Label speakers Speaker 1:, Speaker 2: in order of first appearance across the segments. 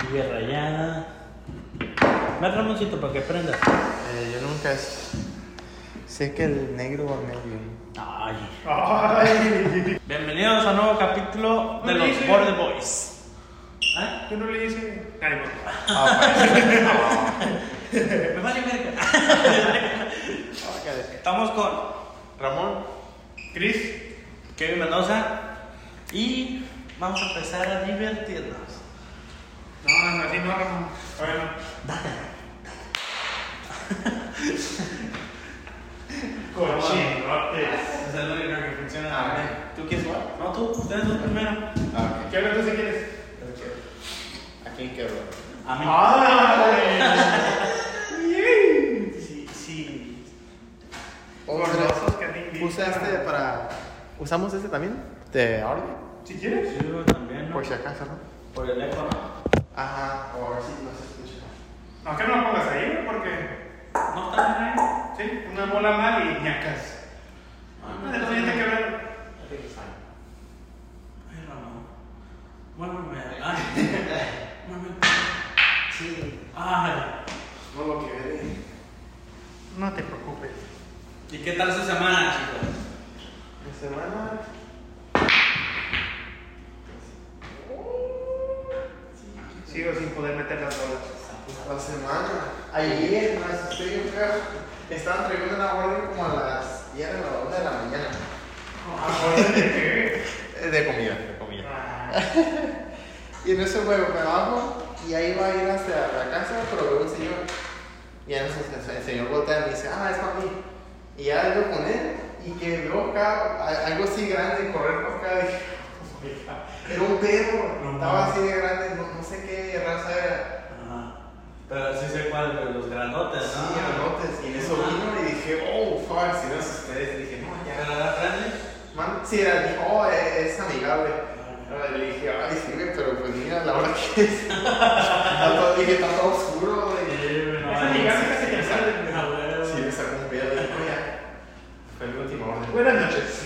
Speaker 1: Silla rayada. Ven, Ramoncito, para que aprendas.
Speaker 2: Eh, yo nunca s- sé que el negro va medio.
Speaker 1: Ay. Bienvenidos a un nuevo capítulo de
Speaker 3: Muy
Speaker 1: los
Speaker 3: bien.
Speaker 1: Border Boys. ¿Eh?
Speaker 3: Yo no le hice. Ay, no.
Speaker 2: Ah, parece. No.
Speaker 1: Me vale verga.
Speaker 2: Órale.
Speaker 1: Estamos con
Speaker 2: Ramón,
Speaker 3: Chris,
Speaker 1: Kevin Mendoza y vamos a empezar a divertirnos.
Speaker 3: no, no, así no, Ramón. Ahora no. Cochinotes.
Speaker 1: Es el único que funciona.
Speaker 2: Ah,
Speaker 1: ¿Tú quieres jugar? No, tú. Ustedes dos primero.
Speaker 2: ah,
Speaker 3: ¿Qué hablas tú si quieres?
Speaker 2: ok. ¿a quién quebró?
Speaker 1: A mí.
Speaker 3: ¡Ay!
Speaker 1: Sí, sí.
Speaker 3: Gordosos que te invitan.
Speaker 2: Usa este para. ¿Usamos este también? ¿De audio?
Speaker 3: Si quieres.
Speaker 1: Yo también, ¿no?
Speaker 2: Por si acaso, ¿no?
Speaker 1: Por el eco, ¿no?
Speaker 2: Ajá, o a ver si no se escucha.
Speaker 3: No, que no lo pongas ahí, güey, porque.
Speaker 1: ¿No está bien ahí?
Speaker 3: Sí, una bola mal y ñacas. No, de todo ya te quebraron.
Speaker 1: Ay, Ramón. Muéveme. Ay. Muéveme. Sí. Ay.
Speaker 2: No lo quebré.
Speaker 3: No te preocupes.
Speaker 1: ¿Y qué tal su semana, chicos?
Speaker 2: La semana.
Speaker 3: Sigo sin poder meter las bolas.
Speaker 2: La semana. Ayer me asusté bien feo. Estaban entregando una orden como a las 10 o las 11 de la mañana.
Speaker 3: ¿Ahora de qué?
Speaker 2: Eh, De comida, de comida.
Speaker 3: Ah,
Speaker 2: Y en eso, bueno, me bajo y ahí va a ir hacia la casa, pero veo un señor. Y en eso se- el señor voltea y me dice, ah, es para mí. Y ya vengo con él y que veo acá a- algo así grande correr por acá. Dije, "Oh, era un perro,
Speaker 1: No
Speaker 2: estaba
Speaker 1: mames.
Speaker 2: así de grande, no, no sé qué raza era.
Speaker 1: Ajá. Pero sí sé cuál, pero los grandotes,
Speaker 2: Sí,
Speaker 1: ¿no?
Speaker 2: anotes. Y en eso vino y dije, oh, fuck, si no es ustedes. Y dije, no, ya.
Speaker 1: ¿Pero era friendly?
Speaker 2: Man, sí, era, dijo, oh, es, es amigable.
Speaker 1: Ah.
Speaker 2: Le dije, ay, sí, güey, pero pues mira la hora que es. Está todo- dije, está todo oscuro, güey.
Speaker 3: no, Esa gigante que se le sale.
Speaker 1: Ah, bueno.
Speaker 2: Sí, me sacó un pedo de ya. Fue el último orden.
Speaker 3: Buenas noches.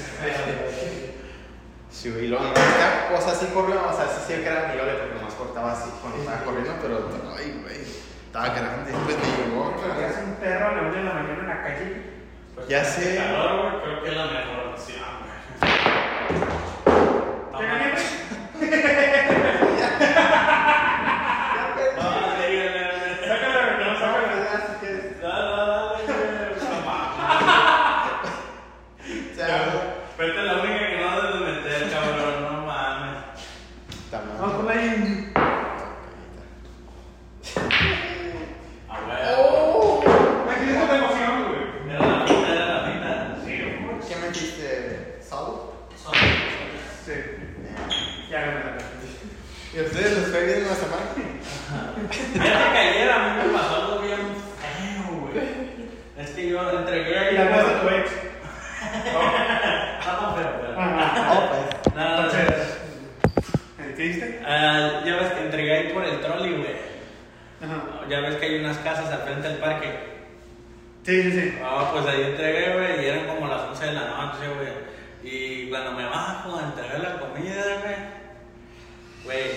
Speaker 2: Sí, güey, y luego nomás acá, o sea, sí corrió, o sea, sí sí que era amigable porque nomás cortaba así cuando estaba corriendo, pero, ay, güey, estaba grande, pues me llegó.
Speaker 3: Porque es un perro a la una de la mañana en la calle.
Speaker 1: Pues,
Speaker 2: Ya sé.
Speaker 1: calor, güey, creo que es la mejor opción, güey. Está
Speaker 3: ¿Te
Speaker 1: mal.
Speaker 3: gané?
Speaker 1: No, sí, güey.
Speaker 3: Sácala, no, sácala.
Speaker 1: Dale, dale, güey. No mames.
Speaker 2: O sea,
Speaker 1: Vete la única que no debes de meter, cabrón, no mames.
Speaker 2: está
Speaker 3: Vamos
Speaker 2: mal.
Speaker 3: por ahí.
Speaker 1: A
Speaker 2: Oh,
Speaker 3: Aquí es una emoción, güey.
Speaker 1: Era la pinta, era la pinta.
Speaker 3: Sí, amor.
Speaker 2: ¿Qué metiste? ¿Sal?
Speaker 1: Son personas.
Speaker 3: Sí. Ya gané la
Speaker 2: ¿Y a ustedes les fue bien en la semana?
Speaker 1: Ya te cayera, a mí me pasó algo bien feo, güey. Es que yo entregué ahí.
Speaker 3: Y la casa de tu ex.
Speaker 1: No, no, pero, pero.
Speaker 2: Oh, pues.
Speaker 1: No, no, pero.
Speaker 3: Entonces, ¿Eh, ¿Qué diste?
Speaker 1: Ah, ya ves que entregué ahí por el trolley, güey.
Speaker 3: Ajá.
Speaker 1: Ya ves que hay unas casas al frente del parque.
Speaker 3: Sí, sí, sí.
Speaker 1: Ah, pues ahí entregué, güey, y eran como las 11 de la noche, güey. Y cuando me bajo a entregar la comida, güey, güey,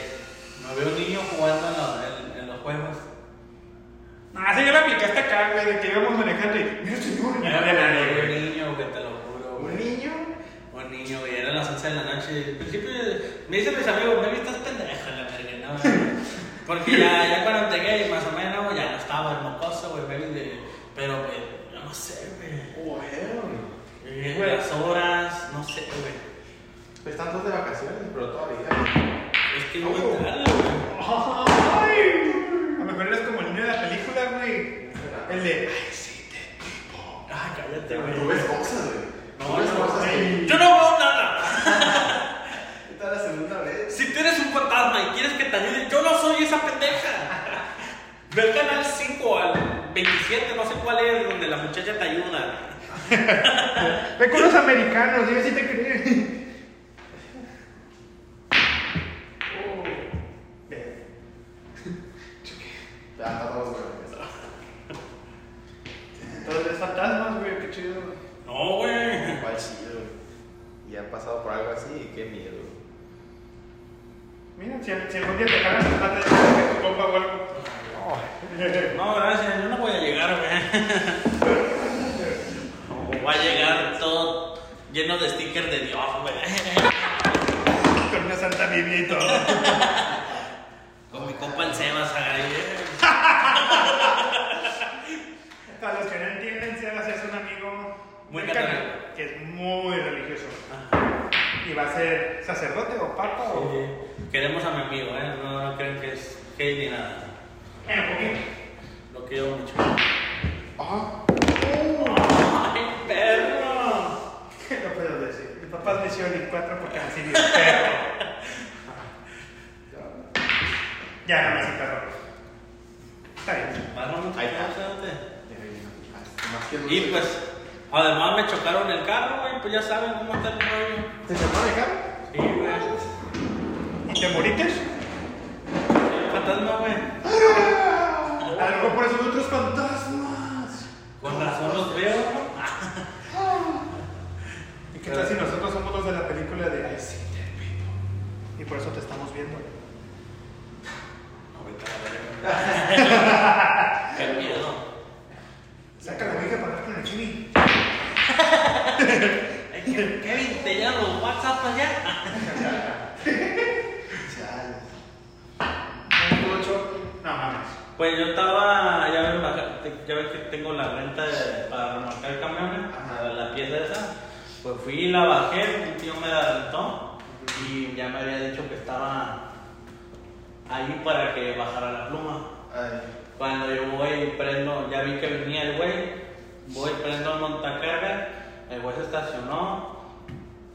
Speaker 1: me veo un niño jugando en los, en- en los juegos.
Speaker 3: Ah, sí, yo la aplicaste acá, güey, de que íbamos manejando y. Mira, este señor, y no había nadie,
Speaker 1: Era un
Speaker 3: güey.
Speaker 1: niño, que te lo juro,
Speaker 2: ¿Un
Speaker 1: güey.
Speaker 2: niño?
Speaker 1: Un niño, güey, eran las 11 de la noche. Al principio me dicen mis amigos, me estás pendejo, la verga, ¿no? güey?" Porque ya, ya cuando entregué, más o menos, güey, ya no estaba el mocoso, güey, baby, de- pero, güey, yo no sé, güey.
Speaker 2: Oh, hell.
Speaker 1: Eh,
Speaker 3: Güey.
Speaker 1: Las horas, no sé, güey.
Speaker 2: Pues están todos de vacaciones, pero todavía.
Speaker 1: Es que no me tarda, güey.
Speaker 3: Ay. A lo mejor eres como el niño de la película, güey. El de.
Speaker 1: Ah, cállate,
Speaker 2: Tú
Speaker 1: güey.
Speaker 2: ves cosas, güey.
Speaker 1: No,
Speaker 2: Tú ves
Speaker 1: no,
Speaker 2: cosas.
Speaker 3: güey.
Speaker 1: Yo no veo nada.
Speaker 2: Esta es la segunda vez.
Speaker 1: Si tú eres un fantasma y quieres que te ayude, yo no soy esa pendeja. Ve al canal 5 al 27, no sé cuál es, donde la muchacha te ayuda.
Speaker 3: Ve con los americanos, yo sí te creí. Oh,
Speaker 2: Ya, está todos güey.
Speaker 3: Entonces, fantasmas, güey, qué chido.
Speaker 1: No, güey.
Speaker 2: Cuál chido. Y han pasado por algo así y qué miedo.
Speaker 3: Mira, si, si algún día te cagas, trata de que tu compa
Speaker 1: lleno de stickers de Dios, güey.
Speaker 3: Con una santa biblia y todo.
Speaker 1: Con mi compa el Sebas, ahí.
Speaker 3: Para los que no entienden, Sebas es un amigo
Speaker 1: Muy
Speaker 3: mexicano
Speaker 1: católico.
Speaker 3: que es muy religioso.
Speaker 1: Ah,
Speaker 3: Y va a ser sacerdote o papa o.
Speaker 1: Queremos a mi amigo, ¿eh? No, no creen que es gay ni nada.
Speaker 3: Bueno, Eh, ¿por qué?
Speaker 1: Lo quiero mucho.
Speaker 4: Ah,
Speaker 1: ¡Ay, perro!
Speaker 3: Uh. No puedo decir. Mi papá es hicieron el 4 porque así dice perro. Ya, no me hace perro. Está bien.
Speaker 1: Barra mucho,
Speaker 4: Ahí está.
Speaker 1: espérate.
Speaker 4: más que
Speaker 1: Y pues, además me chocaron el carro, güey. Pues ya saben cómo está el rollo.
Speaker 4: ¿Te llamaron de acá?
Speaker 1: Sí, güey.
Speaker 3: ¿Y te moriste?
Speaker 1: Fantasma, güey.
Speaker 3: A lo mejor por eso son otros fantasmas.
Speaker 1: Con razón los veo, ¿no?
Speaker 3: ¿Y qué tal si nosotros somos los de la película de I See Dead People? Y por eso te estamos viendo.
Speaker 1: Ah, No, vete a la verga. Qué miedo.
Speaker 3: Saca la Ouija para hablar con el Jimmy.
Speaker 1: Ay, que- Kevin, te llegan los WhatsApp pues allá.
Speaker 4: Chale. ¿Un ocho?
Speaker 3: No mames.
Speaker 1: Pues yo estaba, ya ves, baja- te- ya ves que tengo la renta de- para remolcar camiones,
Speaker 4: Ajá.
Speaker 1: ¿eh? la, la pieza esa. Pues fui y la bajé, un tío me la rentó y ya me había dicho que estaba ahí para que bajara la pluma.
Speaker 4: Ay.
Speaker 1: Cuando yo voy y prendo, ya vi que venía el güey, voy, prendo el montacarga, el güey se estacionó,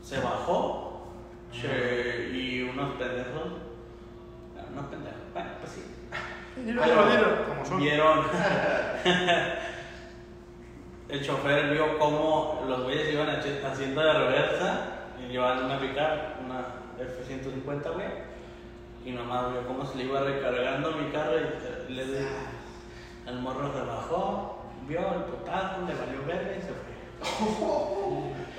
Speaker 1: se bajó, che, y unos pendejos, no, unos pendejos, bueno, pues sí,
Speaker 3: Dilo, dilo, dilo. Como son.
Speaker 1: vieron, el chofer vio cómo los güeyes iban haci- haciendo de reversa y llevaban una picar, una F-150, güey, y nomás vio cómo se le iba recargando mi carro y le el morro se bajó, vio el putazo, le valió verde y se fue.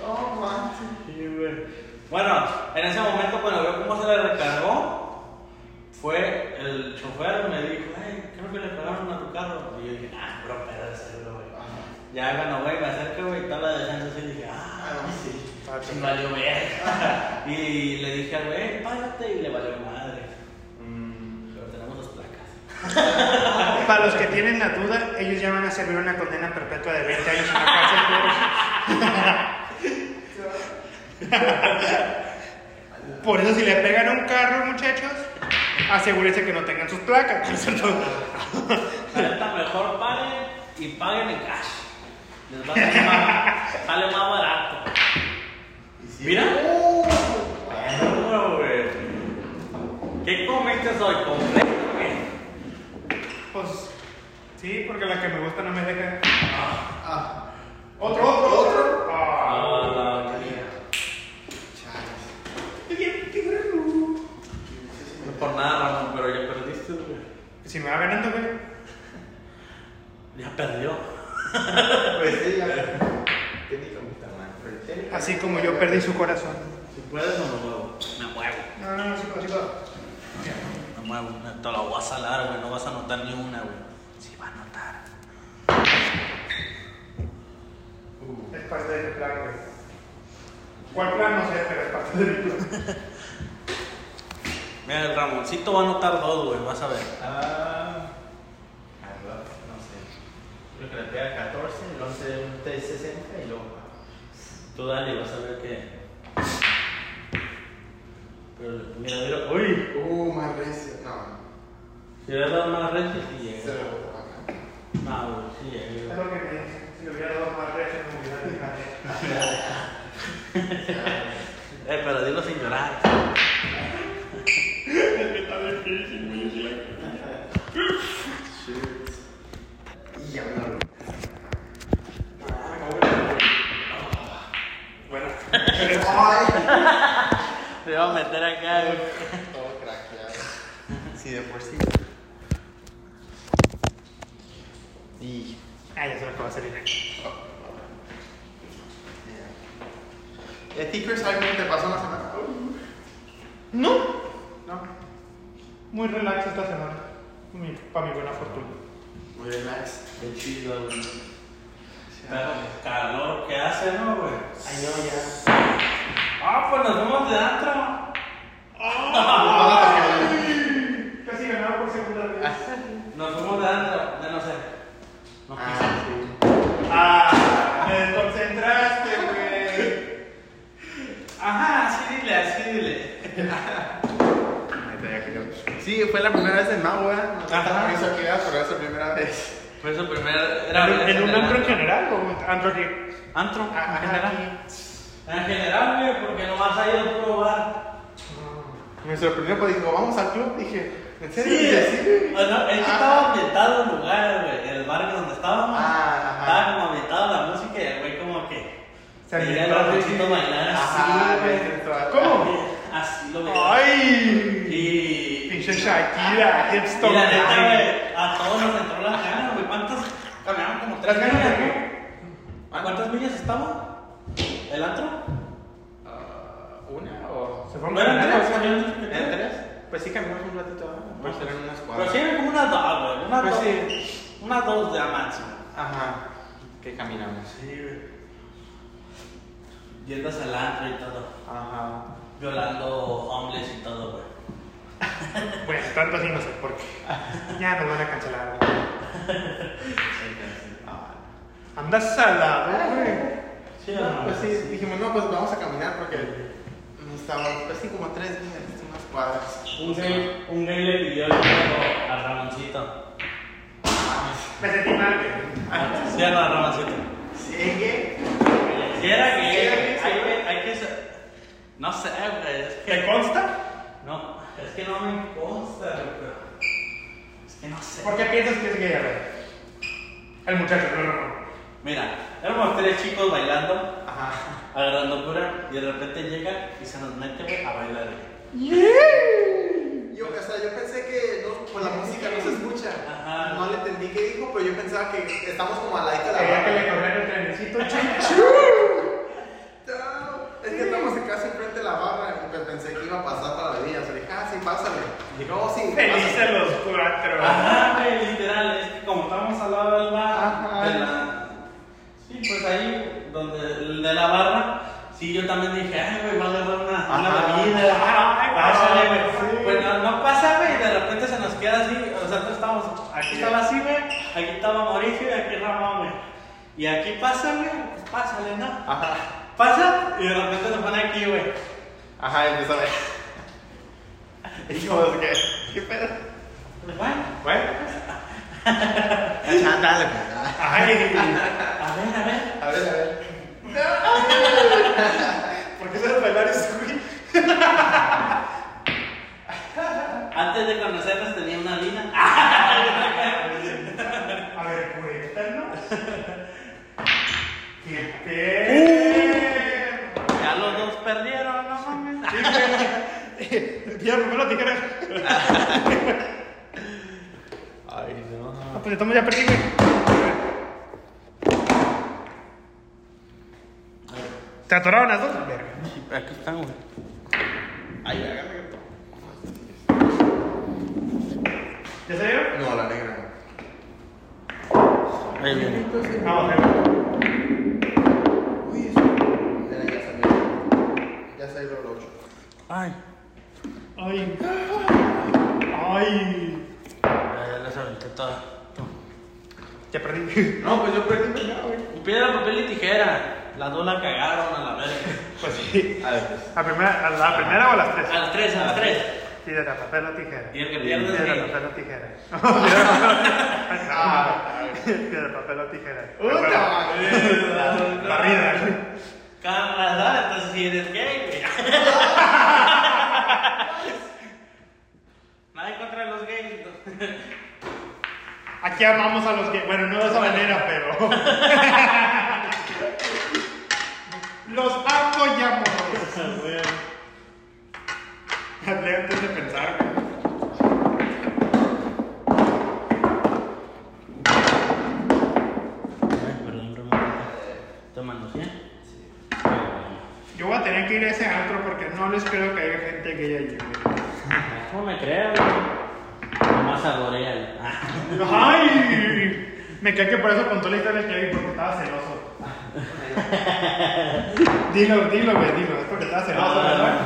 Speaker 4: No manches.
Speaker 1: Bueno, en ese momento cuando vio cómo se le recargó, fue el chofer me dijo, hey, creo que le pegaron a tu carro. Y yo dije, ah, bro, pedo de seguro, güey. Ya cuando güey me acerco, güey, está la defensa así, dije, ah,
Speaker 4: Ah,
Speaker 1: sí.
Speaker 3: Ah,
Speaker 1: Sí,
Speaker 3: sí.
Speaker 1: valió verga. y le dije al güey, "Ey, párate, y le valió madre.
Speaker 2: Mm.
Speaker 1: Pero tenemos las placas.
Speaker 3: Para los que tienen la duda, ellos ya van a servir una condena perpetua de 20 años en la cárcel. pobres. Por eso, si le pegan a un carro, muchachos, asegúrense que no tengan sus placas. por eso no.
Speaker 1: La neta, mejor paguen y paguen en cash. Les va a salir más, sale más barato.
Speaker 4: Y sí.
Speaker 1: Mira.
Speaker 4: Oh.
Speaker 1: Bueno, güey. ¿Qué comiste hoy? ¿Completo güey?
Speaker 3: Pues, sí, porque la que me gusta no me deja.
Speaker 4: Ah.
Speaker 3: Otro, otro, otro. Ah.
Speaker 1: Ah, la mía.
Speaker 4: Chales.
Speaker 1: No es por nada, Ramón, pero ya perdiste, güey.
Speaker 3: Si me va ganando, güey.
Speaker 1: Ya perdió.
Speaker 4: Pues sí, ya. Técnica muy tan mal, pero técnica-
Speaker 3: Así como yo perdí su corazón.
Speaker 1: Si puedes, no me muevo. Me muevo.
Speaker 3: No, no, no, chico, chico.
Speaker 1: Me muevo. No Te la voy a salar, güey. No vas a notar ni una, güey. Sí, va a notar.
Speaker 4: Uh.
Speaker 3: Es parte de mi plan, güey. ¿Cuál plan? No sé, pero es parte de mi plan.
Speaker 1: Mira, el Ramoncito va a notar dos, güey. Vas a ver.
Speaker 2: Ah, algo, no sé. Creo que le pega 14, el 11 un 360 y luego.
Speaker 1: Tú dale, vas a ver que. Pero, mira, mira. Uy.
Speaker 4: Uh, más recio. No.
Speaker 1: Si le das más reches, sí
Speaker 4: Se
Speaker 1: llega.
Speaker 4: lo boto para acá.
Speaker 1: No, güey, sí llega.
Speaker 3: Es lo que me dicen. Si hubiera dado más redes, me hubiera dejado.
Speaker 2: Ah,
Speaker 1: Eh, pero dilo sin llorar.
Speaker 4: Y ya me lo-
Speaker 2: Ah,
Speaker 3: Bueno.
Speaker 4: Ay.
Speaker 1: Te iba a meter acá, güey.
Speaker 4: Todo craqueado. Sí, de por sí. Y.
Speaker 3: Ah, ya sé lo que va a salir aquí.
Speaker 2: eh,
Speaker 4: Yeah. ¿A ti, Chris, algo te pasó la semana?
Speaker 3: No. No. Muy relax esta semana. Para mi buena fortuna.
Speaker 4: Muy relax.
Speaker 1: Qué chido, güey.
Speaker 4: Sí.
Speaker 1: Pero el calor que hace, ¿no, güey?
Speaker 2: Ay, no, ya.
Speaker 1: Ah, pues nos vemos de antro.
Speaker 2: Ah.
Speaker 3: ¡Ay! Casi ganaba por segunda vez.
Speaker 1: Nos fuimos de antro, de no sé. No
Speaker 2: Ah, sí.
Speaker 3: Ah, me desconcentraste, güey.
Speaker 1: Ajá, así dile, así dile.
Speaker 2: Sí, fue la primera vez en Mau, ¿eh? No
Speaker 1: Ajá.
Speaker 2: estaba eso que iba, pero es la primera vez.
Speaker 1: Fue su primera.
Speaker 3: ¿En, en un antro en general o un antro aquí?
Speaker 1: Antro,
Speaker 3: Ah,
Speaker 1: en general. En general, güey, porque nomás hay otro bar.
Speaker 2: Me sorprendió, pues dijo, vamos al club. Dije, ¿en
Speaker 1: Sí,
Speaker 2: serio? Dije, sí, güey.
Speaker 1: o no, es que
Speaker 2: Ah.
Speaker 1: estaba ambientado el lugar, güey. El bar donde estábamos.
Speaker 2: Ah, ajá.
Speaker 1: Estaba como ambientado la música y el güey, como que.
Speaker 3: Se
Speaker 1: veía
Speaker 3: ambientó,
Speaker 1: a los
Speaker 3: sí.
Speaker 1: chiquitos bailar
Speaker 2: Ajá,
Speaker 1: así, güey.
Speaker 2: güey.
Speaker 3: ¿Cómo?
Speaker 1: Así lo veía.
Speaker 3: ¡Ay!
Speaker 1: Y.
Speaker 3: Pinche Shakira,
Speaker 1: Y
Speaker 3: hipster.
Speaker 1: la neta, güey, a todos nos entró las ganas, güey. ¿Cuántas? Caminaron como tres
Speaker 3: ¿Las ganas de
Speaker 1: millas,
Speaker 3: qué?
Speaker 1: ¿no? ¿A cuántas millas estaba? ¿El antro?
Speaker 2: Ah, ¿Una o...?
Speaker 3: Se
Speaker 1: ¿No
Speaker 3: formó
Speaker 1: eran
Speaker 3: un
Speaker 1: tres?
Speaker 3: antro.
Speaker 1: ¿Eran tres?
Speaker 2: ¿Eran tres? Pues sí, caminamos un ratito. ¿no? Pues eran unas
Speaker 1: Pero
Speaker 2: cuadras.
Speaker 1: sí eran como unas dos, güey. Unas
Speaker 2: Pues
Speaker 1: dos.
Speaker 2: sí.
Speaker 1: Unas dos de la máxima.
Speaker 2: Ajá. Que caminamos.
Speaker 1: Sí, güey. Yendo al antro y todo.
Speaker 2: Ajá.
Speaker 1: Violando hombres y todo, güey.
Speaker 3: Pues tanto así no sé por qué. Ya nos van a cancelar. güey. Andas salado, güey.
Speaker 1: Sí, o no?
Speaker 2: Pues sí, dijimos, no, pues vamos a caminar porque estamos, pues sí, como tres días, unas cuadras.
Speaker 1: Un gay, un gay le pidió el juego a Ramoncito.
Speaker 3: Me sentí mal, güey.
Speaker 1: Sí, a Ramoncito.
Speaker 2: Sí, ¿qué?
Speaker 1: Si era que
Speaker 2: Sí, era
Speaker 1: hay,
Speaker 2: gay, seguro.
Speaker 1: que- hay que. sa- No sé, güey. Es que,
Speaker 3: ¿Te consta?
Speaker 1: no, es que no me consta, güey, pero. Es que no sé.
Speaker 3: ¿Por qué piensas que es gay, a ver? El muchacho, no, no, no.
Speaker 1: Mira, éramos tres chicos bailando,
Speaker 2: Ajá.
Speaker 1: agarrando cura, y de repente llega y se nos mete, güey, a bailar, güey.
Speaker 2: Yo, o sea, yo pensé que no, pues la música no se escucha.
Speaker 1: Ajá.
Speaker 2: No le entendí qué dijo, pero yo pensaba que estamos como al ladito de la
Speaker 3: Quería que le
Speaker 2: barra.
Speaker 3: corriera el trenecito, chico.
Speaker 2: No, Es que estamos casi enfrente de la barra y pues pensé que iba a pasar para la villa. O sea, dije, ah, sí, pásale. Dije, no, sí,
Speaker 3: Feliz
Speaker 2: pásale.
Speaker 3: a los cuatro.
Speaker 1: Ajá, güey, literal, es que como estábamos al lado del
Speaker 2: Ajá.
Speaker 1: bar, de la. Sí, pues ahí, donde, de la barra, sí, yo también dije, ay, güey, va a agarrar una, una
Speaker 2: Ajá.
Speaker 1: bebida.
Speaker 3: Ay,
Speaker 1: Pásale,
Speaker 3: güey, sí.
Speaker 1: güey. Pues no, no pasa, güey, y de repente se nos queda así. Nosotros estábamos, aquí estaba así, güey, aquí estaba Mauricio y aquí Ramón, güey. Y aquí pasa, güey, pues pásale, ¿no?
Speaker 2: Ajá.
Speaker 1: Pasa y de repente se pone aquí, güey.
Speaker 2: Ajá, empezó a ver. Y yo, ¿qué? ¿Qué pedo?
Speaker 1: Pues, Bueno,
Speaker 3: Bueno,
Speaker 2: Ajá, dale, pues, dale.
Speaker 3: ay,
Speaker 1: a ver, a ver.
Speaker 2: A ver, a ver.
Speaker 3: ¿por qué se los bailares, güey?
Speaker 1: Antes de conocernos tenía una lina.
Speaker 3: A ver, cuéntanos. ¡Qué pedo!
Speaker 1: Ya los dos perdieron, no mames.
Speaker 3: Sí, güey. Ya, primero la tijera.
Speaker 2: Ay, no.
Speaker 3: Ah, pues de tomo ya perdí, güey. ¿Te atoraron las dos? Verga.
Speaker 1: Aquí están, güey.
Speaker 2: Ay, la negra.
Speaker 3: ¿Ya se dieron?
Speaker 2: No, la negra.
Speaker 1: Ahí viene.
Speaker 3: Vamos, güey.
Speaker 2: Uy, eso. Mira, ya salió. Ya salió el 8.
Speaker 1: Ay.
Speaker 3: Ay. Ay.
Speaker 1: Ya les aventé todas.
Speaker 3: Ya perdí.
Speaker 2: No, pues yo perdí primero, güey.
Speaker 1: Piedra, papel y tijera. Las dos la cagaron a la verga.
Speaker 3: Pues sí.
Speaker 2: A ver, pues.
Speaker 3: ¿A, primera, a la primera o a las tres?
Speaker 1: A las tres, a las tres.
Speaker 3: Sí, de la papel o tijera.
Speaker 1: Y el que
Speaker 3: Piedra,
Speaker 1: pierde es gay.
Speaker 3: papel o tijera. Piedra, papel o tijera.
Speaker 2: ¡Puta
Speaker 3: Bueno, Barrida.
Speaker 1: Cámara, entonces si eres gay, güey. Nada en contra de los gays. ¿no?
Speaker 3: Aquí amamos a los que. Bueno, no de esa manera, pero. los apoyamos. Hablé antes de pensar.
Speaker 1: Ay, perdón, Ramón. ¿Te manoseé?
Speaker 3: Yo voy a tener que ir a ese antro porque no les creo que haya gente que haya ido.
Speaker 1: Ah. No me creo, güey. Nomás saborea.
Speaker 3: ¡Ay! Me cae que por eso contó la historia del Kevin, porque estaba celoso. Dilo, dilo, güey, dilo. Es porque estaba celoso, ¿verdad?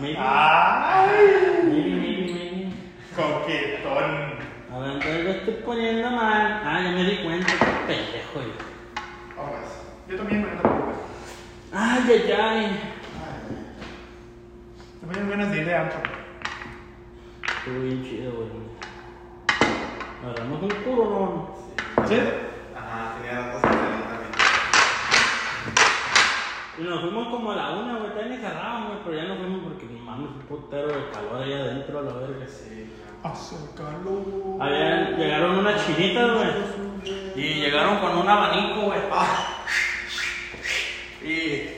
Speaker 5: Maybe.
Speaker 3: ¡Ay!
Speaker 5: Maybe, maybe, maybe.
Speaker 3: Coquetón.
Speaker 5: A ver, entonces lo estoy poniendo mal. Ah, ya me di cuenta, qué pendejo yo.
Speaker 3: Vamos. Yo también, güey, no te preocupes.
Speaker 5: Ay, ay, ay.
Speaker 3: Te ponen ganas de ir de antro.
Speaker 5: Estuvo bien chido, güey. Agarramos un curón.
Speaker 3: ¿Sí?
Speaker 2: Ajá, tenía rato sin salir también.
Speaker 5: Y nos fuimos como a la una, güey. Todavía ni cerrábamos, güey, pero ya nos fuimos porque no mames, un putero de calor allá adentro, a la verga.
Speaker 2: Sí,
Speaker 3: Hace calor.
Speaker 5: Allá llegaron unas chinitas, güey.
Speaker 1: Y llegaron con un abanico, güey. Y,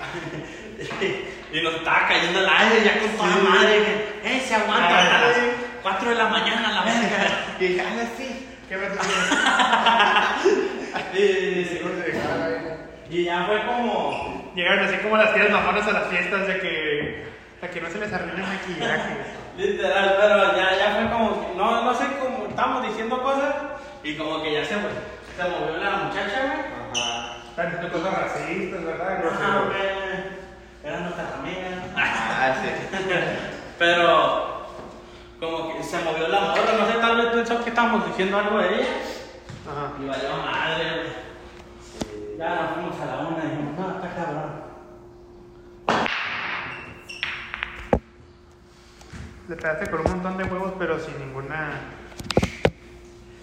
Speaker 1: y nos estaba cayendo el aire ya con toda madre. que, Eh, se aguanta hasta las 4 de la mañana, la verga.
Speaker 4: Y dije, ah, sí.
Speaker 3: ¿Qué me dices?
Speaker 4: Y seguro se dejaba la vaina.
Speaker 1: Y ya fue como.
Speaker 3: Llegaron así como las tías mamonas a las fiestas de que. Para que no se les arruine el maquillaje.
Speaker 1: Literal, pero ya, ya fue como. que- No, no sé cómo estábamos diciendo cosas. Y como que ya se, mo- se movió la muchacha, güey.
Speaker 2: ajá.
Speaker 3: Están haciendo cosas racistas, ¿verdad?
Speaker 1: Ajá,
Speaker 3: Grosero.
Speaker 1: güey. eh, Eran nuestras amigas.
Speaker 2: Ah, sí.
Speaker 1: Pero. Como que se movió la morra. No sé, tal vez pensó que estábamos diciendo algo de ella.
Speaker 3: Ajá.
Speaker 1: Y valió madre, güey.
Speaker 2: Sí.
Speaker 5: Ya nos fuimos a la una y dijimos, no, está cabrón.
Speaker 3: Le pegaste con un montón de huevos, pero sin ninguna.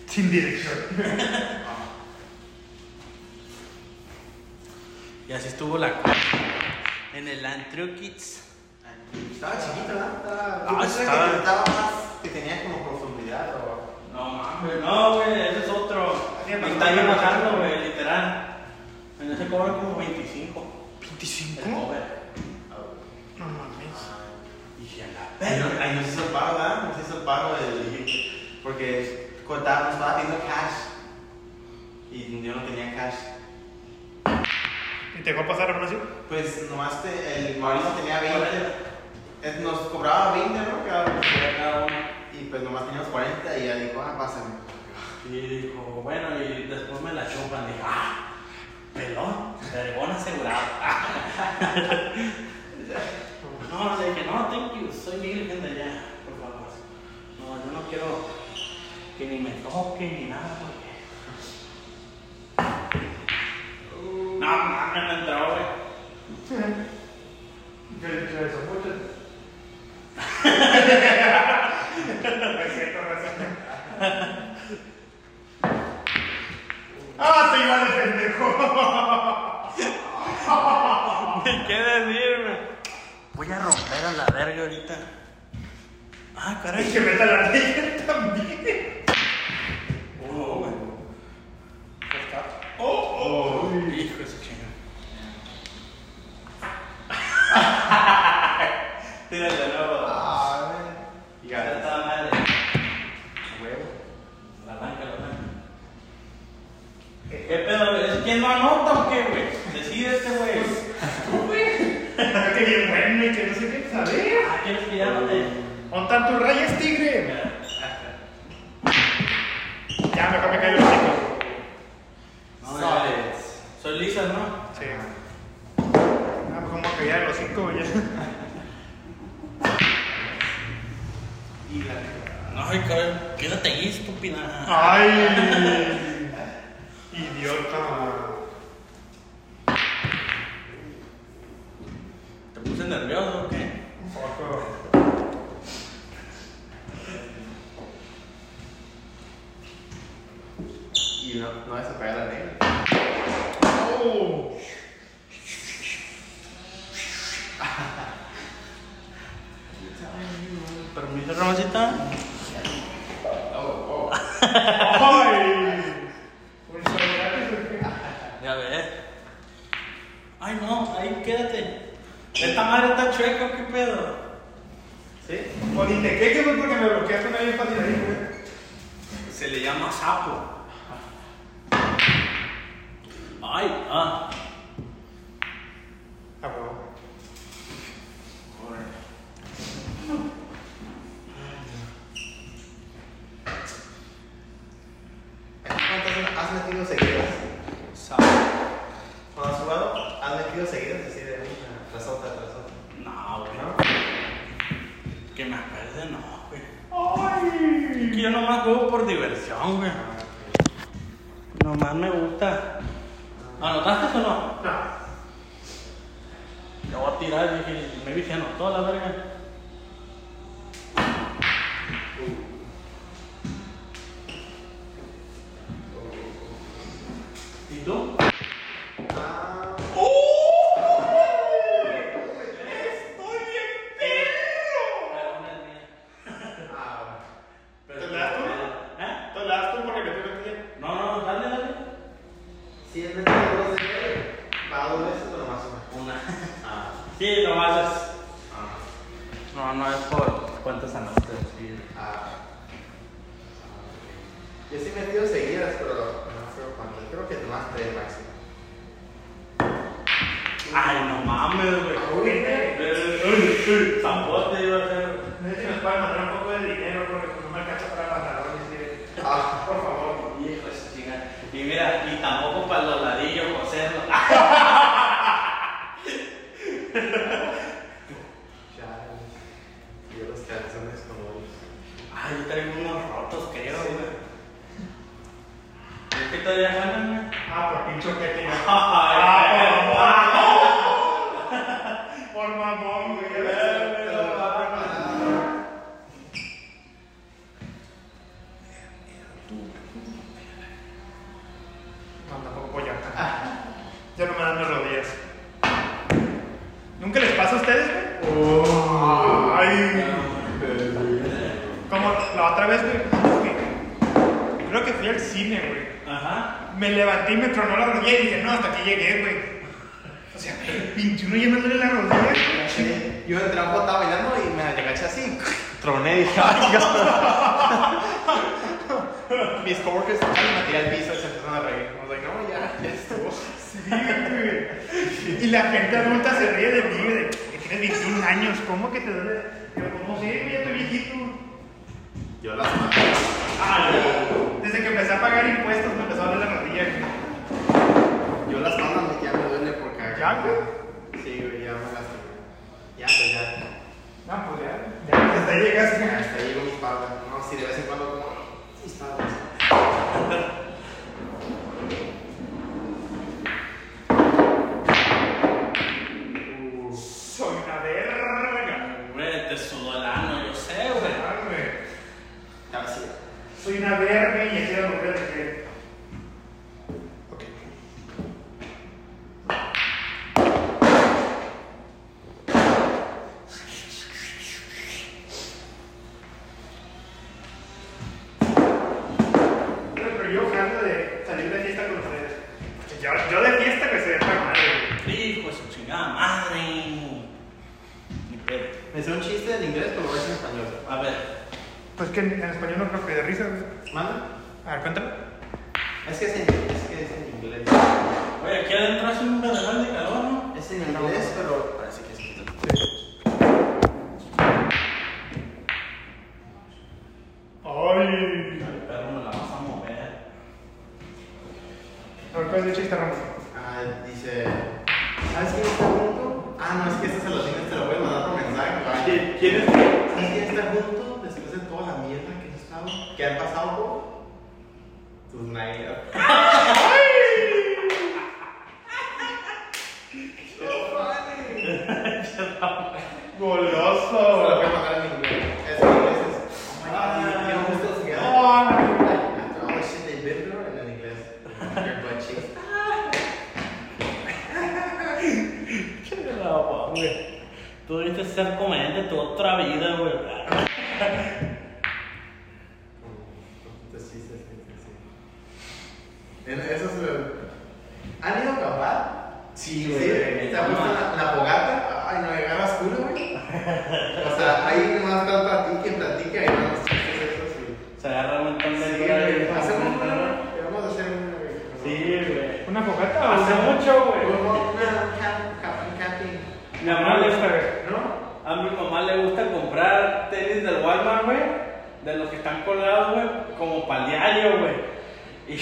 Speaker 3: Sin dirección.
Speaker 1: Y así estuvo la en el Antro Kids.
Speaker 2: Estaba chiquito, ¿verdad? Estaba...
Speaker 1: Ah,
Speaker 2: Yo pensé
Speaker 1: estaba-
Speaker 2: que estaba más... Que tenía como profundidad o...
Speaker 1: No mames, no, güey, ese es otro.
Speaker 3: Así
Speaker 1: Me
Speaker 3: es,
Speaker 1: está
Speaker 3: no,
Speaker 1: bien
Speaker 3: no,
Speaker 1: bajando,
Speaker 3: no.
Speaker 1: güey, literal. En ese cobro como 25. El
Speaker 3: ¿25?
Speaker 1: cover.
Speaker 3: No mames.
Speaker 1: Y dije, a la
Speaker 2: Pero
Speaker 1: verga.
Speaker 2: ahí nos hizo el paro, ¿verdad? Nos hizo el paro del... Porque contaba, nos estaba pidiendo cash. Y yo no tenía cash.
Speaker 3: ¿Y te dejó pasar aún así?
Speaker 2: Pues nomás te, el Mauricio tenía 20. Es- nos cobraba 20, ¿no? Cada, cada uno. Y pues nomás teníamos 40 y ya dijo, ah, pásame.
Speaker 1: Y dijo, bueno, y después me la chupan. Dije, ah, pelón, vergón asegurado. no, le dije, no, thank you, soy virgen de allá, por favor. No, yo no quiero que ni me toquen ni nada, porque. No, mames, no entró, güey.
Speaker 3: Yo le he eso mucho. ¡Ah, te iba de pendejo!
Speaker 1: ¿Qué decirme? Voy a romper a la verga ahorita. Ah, caray.
Speaker 3: Es que meta la ley también.
Speaker 1: Oh, güey.
Speaker 3: ¡Oh, oh!
Speaker 1: Pues Hijo de su chinga.
Speaker 2: Tírale de nuevo. Ah, y
Speaker 1: Ya
Speaker 2: gané.
Speaker 1: está madre.
Speaker 2: Huevo.
Speaker 1: La banca, la banca. ¿Qué pedo? güey? ¿Es que no anota o qué, güey? Decide este güey.
Speaker 3: ¡Qué bien bueno y que no sé qué saber!
Speaker 1: Ah, ¿Quieres que ya no te-
Speaker 3: ¡Montan tus rayas, tigre!
Speaker 1: Mira.
Speaker 3: Ya, mejor me cayó el chico.
Speaker 1: No,
Speaker 2: Sale.
Speaker 1: Soy lisa, ¿no?
Speaker 3: Sí. Ah, como que ya de los cinco, ya.
Speaker 2: Y gané.
Speaker 1: No, ay, cabrón. Quédate ahí, estúpida.
Speaker 3: ¡Ay! Idiota.
Speaker 1: ¿Te puse nervioso o qué?
Speaker 2: Y no, no vas a pagar la negra.
Speaker 3: Oh.
Speaker 1: Permiso, Ramosita.
Speaker 2: Oh, oh.
Speaker 3: ¡Ay! Un solo gato.
Speaker 1: Ya ves. Ay, no, ahí quédate. Esta madre está chueca, ¿o ¿qué pedo?
Speaker 2: ¿Sí?
Speaker 3: O ni te quejes, güey, porque me bloqueaste una vez para ahí, güey.
Speaker 1: Se le llama sapo. Ay, ah.
Speaker 3: Ah, huevo.
Speaker 2: ¿Cuántas- ¿Hace has metido seguidas?
Speaker 1: Sabe.
Speaker 2: Cuando has jugado, has metido seguidas así de una tras otra, tras otra.
Speaker 1: No, güey. Que me acuerde, no, güey.
Speaker 5: Ay.
Speaker 1: Que yo nomás juego por diversión, güey. Nomás me gusta. ¿Anotaste o no?
Speaker 3: No.
Speaker 1: Le voy a tirar, dije, me dije, anotó la verga. ¿Y tú?
Speaker 3: ¡Estoy bien perro!
Speaker 2: Ah,
Speaker 3: ¿Te la das tú?
Speaker 1: ¿Eh?
Speaker 3: Te la das tú porque me tuve que ir.
Speaker 1: No, no, dale, dale.
Speaker 2: Si has metido dos de nueve, va dos veces o nomás una.
Speaker 1: Una.
Speaker 2: Ah,
Speaker 1: Sí, lo haces.
Speaker 2: ah,
Speaker 1: No, no es por cuántas anotaste. Sí.
Speaker 2: ah. ah. Yo sí he metido seguidas, pero no sé cuántas. Creo que nomás tres máximo.
Speaker 1: Ay, no mames, güey.
Speaker 2: Uy,
Speaker 1: Zapote iba a ser.
Speaker 3: No sé si nos pueden mandar un poco de dinero porque pues no me alcanza para pantalones. ¿sí?
Speaker 2: Ah,
Speaker 3: Por favor.
Speaker 1: Hijo de su chingada. Y mira, y tampoco para los ladrillos coserlo.
Speaker 2: chale. Y yo los calzones como
Speaker 1: Ay, Ah, yo traigo unos rotos, creo, güey. ¿Es que todavía ganan, güey?
Speaker 3: Ah, por pincho que te
Speaker 1: Ah,
Speaker 3: Ah,
Speaker 1: Ay,
Speaker 3: Por mamón, güey. ya ves.
Speaker 1: güey.
Speaker 3: No, tampoco voy a Ya no me dan mis rodillas. ¿Nunca les pasa a ustedes, güey? Ay. Como la otra vez, güey. Creo que fui al cine, güey.
Speaker 1: Ajá.
Speaker 3: Me levanté y me tronó la rodilla y dije, no, hasta aquí llegué, güey. O sea, 21 ya me duele la rodilla.
Speaker 2: Yo entré a un botado bailando y me agaché así. Troné y dije, ay, Dios. Mis coworkers ay, me tiré al piso y se empezaron a reír. I was like, no, ya, ya estuvo.
Speaker 3: Sí, güey. Y la gente adulta se ríe de mí, de que tienes 21 años, ¿cómo que te duele? Yo, ¿cómo sí, güey? Ya estoy viejito. Ah,
Speaker 2: Yo las maté.
Speaker 3: Desde que empecé a pagar impuestos me empezó a doler la rodilla, güey.
Speaker 2: Yo las manos ya me duele por cagar.
Speaker 3: ¿Ya, güey?
Speaker 2: Sí, güey, ya me las Ya, pues ya.
Speaker 3: No, pues ya. Ya, hasta ahí llegaste.
Speaker 2: Hasta ahí llegó mi espalda. No, si de vez en cuando como. "Sí, está dulce".
Speaker 3: Soy una verga.
Speaker 1: Güey, te sudó el ano, yo sé, güey.
Speaker 3: Ah, güey.
Speaker 2: Ya, sí.
Speaker 3: Soy una verga y así a volver de que.
Speaker 2: Ok.
Speaker 3: Pero pero yo jalo de salir de fiesta con ustedes. Porque Yo, yo de fiesta que se deja madre. güey.
Speaker 1: Hijo de su chingada madre. Ni pedo.
Speaker 2: Me hice un chiste en inglés, pero lo voy a decir en español.
Speaker 1: A ver.
Speaker 3: Pues que en, en español no creo que de risa, güey.
Speaker 2: ¿Manda?
Speaker 3: A ver, cuéntame.
Speaker 2: Es que es en, es que es en inglés.
Speaker 1: Oye, aquí adentro hace un vergal de calor, ¿no?
Speaker 2: Es en inglés, pero parece que es pito.
Speaker 3: Ay.
Speaker 1: El perro me la vas a mover.
Speaker 3: A ver, ¿cuál es el chiste, Ramos?
Speaker 2: Ah, dice. ¿Sabes quién está junto? Ah, no, es que ese se lo tienes, te lo voy a mandar por mensaje. ¿va?
Speaker 1: ¿Quién, quién es?
Speaker 2: ¿Sabes quién está junto después de toda la mierda que has estado? ¿Qué han pasado por? Tus nalgas. Se lo voy
Speaker 3: Goloso.
Speaker 2: a mandar en inglés. Es en inglés. Es... Ah, qué gusto se
Speaker 3: Oh
Speaker 2: queda.
Speaker 3: Ay.
Speaker 2: After all the shit they've been through, and en inglés. Your butt cheeks.
Speaker 1: Qué guapa, güey. Tú debiste ser comediante tu otra vida, güey.
Speaker 2: Los chistes que se hacen. Eso es. ¿Han ido a acampar?
Speaker 1: Sí,
Speaker 2: Sí,
Speaker 1: güey.
Speaker 2: te ha puesto la, la fogata, ay, no agarras culo, güey. O sea, ahí nomás están platiquen, platiquen, y vamos a
Speaker 1: Se agarra un montón de
Speaker 2: Sí,
Speaker 1: dólares.
Speaker 2: güey, hacemos una, güey. Vamos a hacer una, güey.
Speaker 1: Sí, güey.
Speaker 3: ¿Una fogata o
Speaker 1: Hace
Speaker 3: no?
Speaker 1: mucho, güey.
Speaker 2: Vamos a una camp- camp- camping,
Speaker 1: Mi mamá le gusta,
Speaker 2: ¿no?
Speaker 1: A mi mamá le gusta comprar tenis del Walmart, güey. De los que están colgados, güey. Como para el diario, güey. Y,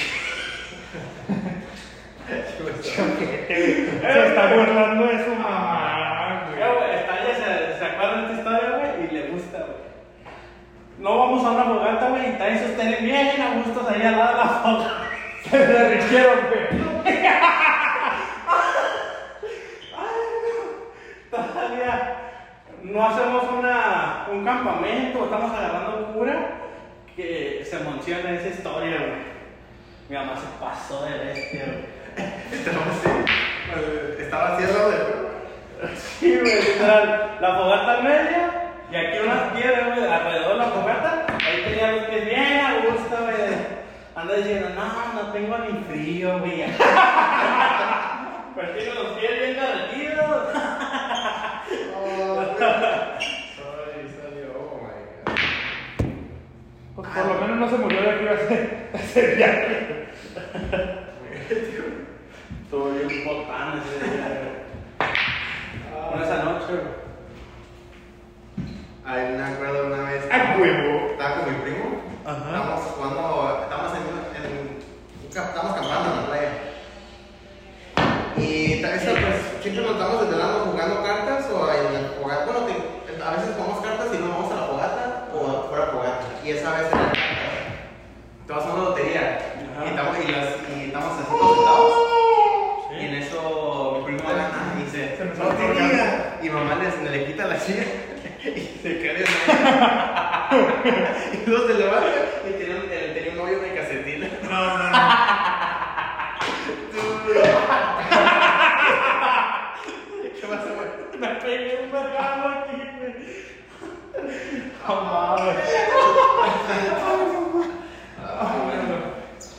Speaker 3: Se está burlando de su mamá, güey.
Speaker 1: Ya, güey, hasta ella se, se acuerda de esta historia, güey, y le gusta, güey. No vamos a una fogata, güey, y también se ustedes bien a gustos ahí al lado de la fogata.
Speaker 3: Se derritieron, güey.
Speaker 1: Todavía no hacemos una, un campamento, estamos agarrando un cura que se menciona esa historia, güey. Mi mamá se pasó de bestia, güey.
Speaker 2: Estaba así. eh, Estaba así al lado del fuego.
Speaker 1: Sí, güey, literal. La fogata al medio y aquí unas piedras, güey, alrededor de la fogata. Ahí tenía los pies bien a gusto, güey. Anda diciendo, no, no tengo ni frío, güey. Pues tiene los pies bien derretidos.
Speaker 2: Sorry, sorry, oh my god.
Speaker 3: Por, por lo menos no se murió de frío ese, ese viaje.
Speaker 1: Estuvo bien botán ese día, güey. Una esa noche, güey.
Speaker 2: Ay, me acuerdo una vez.
Speaker 3: ¡A huevo!
Speaker 2: Estaba con mi primo.
Speaker 3: Ajá.
Speaker 2: Estábamos jugando. Estábamos en. en un camp- estábamos campando en la playa. Y tal vez pues, siempre nos estamos desvelando jugando cartas o en la fogata. Bueno, que a veces jugamos cartas y no vamos a la fogata o fuera fogata. Y esa vez era cartas. ¿eh? Estábamos en una lotería.
Speaker 1: Ajá.
Speaker 2: Y estamos, y las- y estamos así todos sentados. Y en
Speaker 1: Sí.
Speaker 2: eso mi primo gana y dice,
Speaker 3: Se me
Speaker 2: no
Speaker 3: soltó el
Speaker 2: tenía".
Speaker 3: gato.
Speaker 2: Y mamá le, le quita la silla y se cae de nuevo. Y luego se levanta y tenía un, eh, tenía un novio de casetina.
Speaker 3: No, no, no.
Speaker 2: ¿Qué pasa, güey?
Speaker 1: Me pegué un vergado aquí, güey.
Speaker 3: Mamá, güey.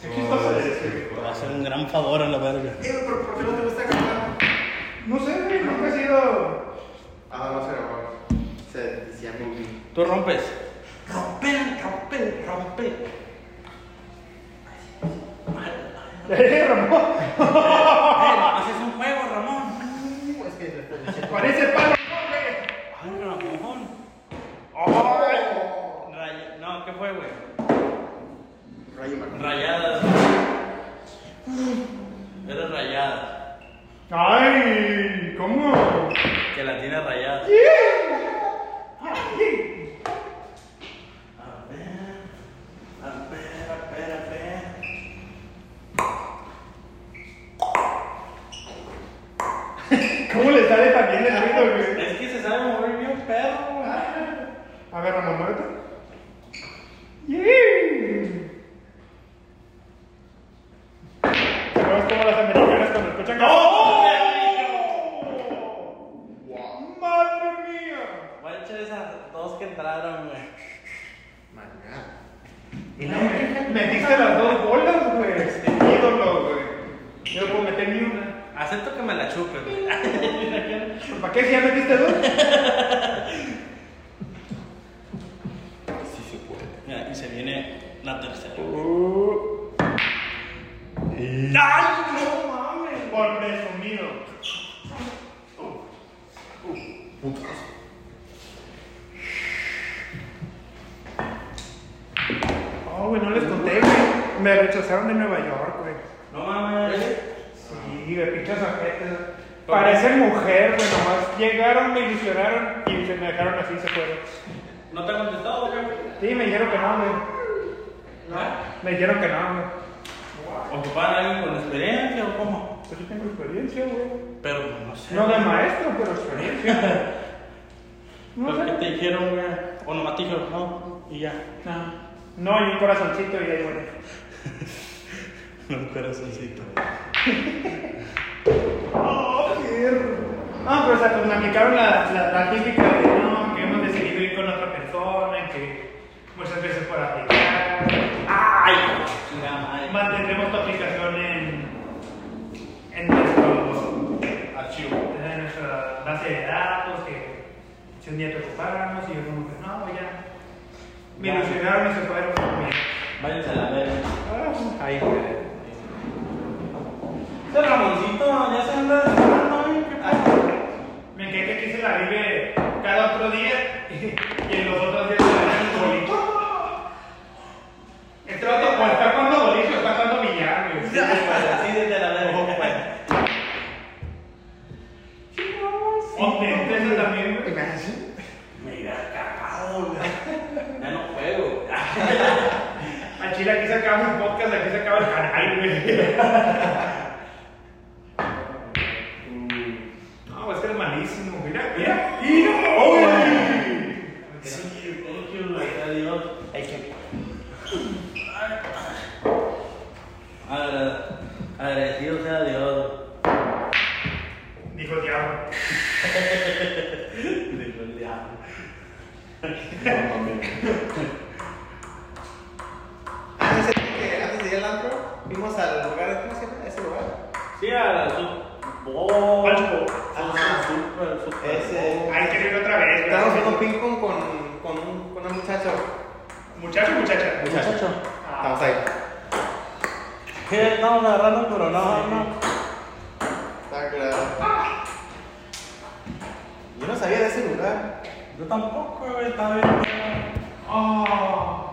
Speaker 3: Qué chistoso eres, güey.
Speaker 5: Te va a hacer un gran favor a la verga.
Speaker 2: Eh, pero ¿por qué no te gusta cantar?
Speaker 3: No sé, güey, nunca he sido.
Speaker 2: Ah, no sé, güey. Se decía movie.
Speaker 5: Tú rompes.
Speaker 1: Romper, romper, romper.
Speaker 3: ¡Eh, Ramón!
Speaker 1: Eh, Haces un juego, Ramón.
Speaker 2: Es pues que
Speaker 3: ¡Parece palo!
Speaker 1: Ay, Ramón.
Speaker 3: ¡Ay!
Speaker 1: Raya- No, ¿qué fue, güey?
Speaker 2: Rayo Martín.
Speaker 1: Rayadas. Era rayada.
Speaker 3: ¡Ay! ¿Cómo?
Speaker 1: Que la tiene rayada.
Speaker 3: ¡Ay!
Speaker 1: A ver. A ver, a ver, a ver.
Speaker 3: ¿Cómo le sale también el ruido, güey?
Speaker 1: Es que se sabe mover bien perro, güey.
Speaker 3: A ver, Ramón, muévete. ¡Yay! Vemos como las americanas cuando escuchan que- ¡Oh! ¡Madre mía!
Speaker 1: Voy a echar esas dos que entraron, güey.
Speaker 2: Maná.
Speaker 3: Y no, me diste las dos bolas, güey. Este Ídolo, güey. Yo no puedo meter ni una.
Speaker 1: Acepto que me la chupen, güey.
Speaker 3: ¿Para qué si ya metiste dos?
Speaker 2: Sí se puede.
Speaker 5: Mira, y se viene la tercera.
Speaker 3: Uh. ¡Ay, no mames! Por presumido. Uh, Oh, güey, no les conté, güey. Me rechazaron de Nueva York, güey.
Speaker 1: No mames.
Speaker 3: Sí, güey, pinches ojetes. Parecen mujer, güey, nomás llegaron, me ilusionaron y se me dejaron así, se fueron.
Speaker 1: ¿No te ha contestado, güey?
Speaker 3: Sí, me dijeron que no, güey.
Speaker 1: ¿No?
Speaker 3: Me dijeron que no, güey.
Speaker 1: ¿Ocupaban a alguien con experiencia o cómo?
Speaker 3: Pues yo tengo experiencia, güey.
Speaker 1: Pero no sé.
Speaker 3: No de maestro, pero experiencia. No
Speaker 5: ¿Por Pues, qué
Speaker 3: sé.
Speaker 5: te dijeron, güey? O nomás te dijeron, no, y ya.
Speaker 3: No. Ah, No, y un corazoncito y ahí, bueno.
Speaker 5: Un corazoncito.
Speaker 3: Oh, No, pero o sea, pues me aplicaron la, la, la típica de no, que hemos decidido ir con otra persona, que muchas veces por aplicar.
Speaker 1: ¡Ay! Chingada madre.
Speaker 3: Mantendremos tu aplicación en, en nuestro
Speaker 2: Archivo.
Speaker 3: en nuestra base de datos, que si un día te ocupáramos y yo como que no, ya. Me
Speaker 1: Ya.
Speaker 3: ilusionaron y se fueron conmigo.
Speaker 1: Váyanse a la verga.
Speaker 3: Ahí, güey.
Speaker 1: Este Ramoncito ya se anda ¿eh? desesperando, güey. ¿Qué pasa?
Speaker 3: Me encanta que aquí se la vive cada otro día y en los otros días se la vive en el boliche. Este vato
Speaker 1: Ah. pues,
Speaker 3: o está jugando boliche o está jugando billar, güey.
Speaker 1: Oh, Así desde la verga.
Speaker 3: se acaba un podcast, aquí se acaba el canal, güey. No, es que es malísimo. Mira, mira, mira. ¡Oh, güey!
Speaker 1: Sí, thank you, gracias a Dios.
Speaker 2: Hay que.
Speaker 1: Agra- Agradecido sea Dios.
Speaker 3: Dijo el diablo.
Speaker 1: Dijo el diablo.
Speaker 2: Antes de Ah, que- antes de ir al antro, fuimos al lugar, ¿cómo se llama ese lugar?
Speaker 1: Sí, a su. Oh,
Speaker 3: Pancho.
Speaker 2: Ajá.
Speaker 1: super, super.
Speaker 2: Ese.
Speaker 3: Hay que ir otra vez, güey.
Speaker 2: Estábamos haciendo ping pong con, con, un- con un muchacho.
Speaker 3: Muchacho, muchacha.
Speaker 1: Muchacho.
Speaker 2: Estamos ahí.
Speaker 1: ¿Qué? Estamos agarrando, pero no, no.
Speaker 2: Está claro. Yo no sabía de ese lugar.
Speaker 1: Yo tampoco, güey, está bien.
Speaker 3: Oh.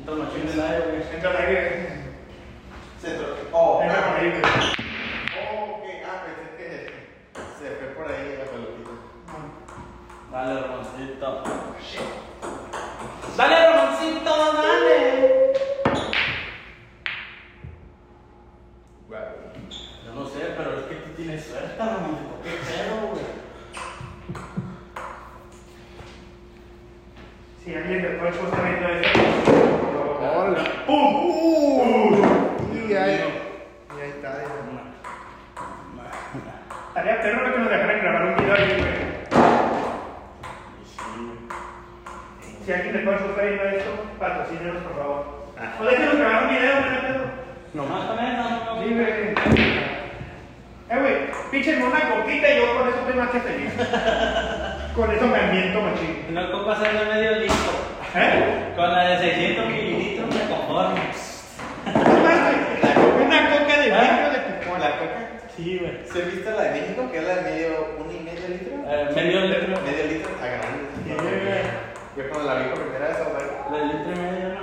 Speaker 1: Entra machín del aire, güey.
Speaker 3: Entra al aire.
Speaker 2: Se tro- Oh,
Speaker 3: Entra por ahí, güey.
Speaker 2: Oh, ok. Ah, pensé que se fue por ahí la pelotita.
Speaker 1: Dale, Ramoncito. Dale, Ramoncito, dale. Yo no sé, pero es que tú tienes suerte, Ramoncito. Qué pedo, güey.
Speaker 3: Si alguien de Pancho está viendo esto. ¡Pum!
Speaker 2: Y ahí. Y ahí está. ahí.
Speaker 3: Estaría perro que nos dejaran grabar un video ahí, güey. Si alguien de Pancho está viendo esto, patrocínenos, por favor.
Speaker 2: Ah.
Speaker 3: O déjenos grabar un video, güey, no hay pedo.
Speaker 1: Nomás con esa,
Speaker 3: Sí, güey. Eh, güey, píchenme una coquita y yo con eso estoy más que feliz. con eso me miento, machín.
Speaker 1: No copas el de medio listo.
Speaker 3: ¿Eh?
Speaker 1: Con la de 600 mililitros me conformo.
Speaker 3: Es más, güey, una coca de vidrio de
Speaker 2: Como
Speaker 3: tijón.
Speaker 2: la coca.
Speaker 1: ¿Eh? Sí, güey.
Speaker 2: ¿Se viste la de México? Que es la de medio, una y medio litro.
Speaker 1: Eh, medio litro.
Speaker 2: Medio litro está
Speaker 1: Sí,
Speaker 2: grande.
Speaker 1: güey.
Speaker 2: Yo cuando la vi por primera vez, ahora-
Speaker 1: La litro y medio, ¿no?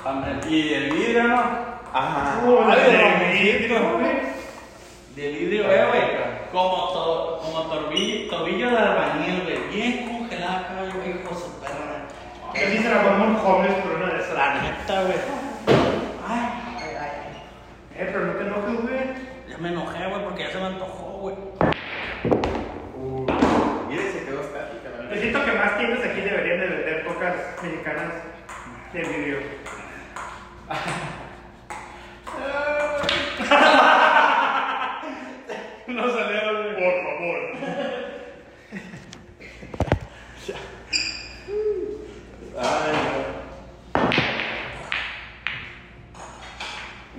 Speaker 1: También. Ah, Y el vidrio, ¿no?
Speaker 2: Ajá.
Speaker 3: Uh, la
Speaker 1: Ay,
Speaker 3: de
Speaker 1: güey.
Speaker 3: vidrio, güey.
Speaker 1: De vidrio, eh, güey. Como, to, como torbi- tobillo de albañil, güey. Bien congelada, cabrón, güey, hijo de su perra.
Speaker 3: Que sí se la formó un homeless por una de esas.
Speaker 1: La neta, güey. Ay,
Speaker 3: Eh, pero no te enojes, güey.
Speaker 1: ya me enojé, güey, porque ya se me antojó, güey.
Speaker 2: Uh, Mira, y se quedó estática la
Speaker 3: Yo
Speaker 2: verdad.
Speaker 3: Pues siento que más tiendas aquí deberían de vender cocas mexicanas de vidrio. no salieron, por favor.
Speaker 2: Ay,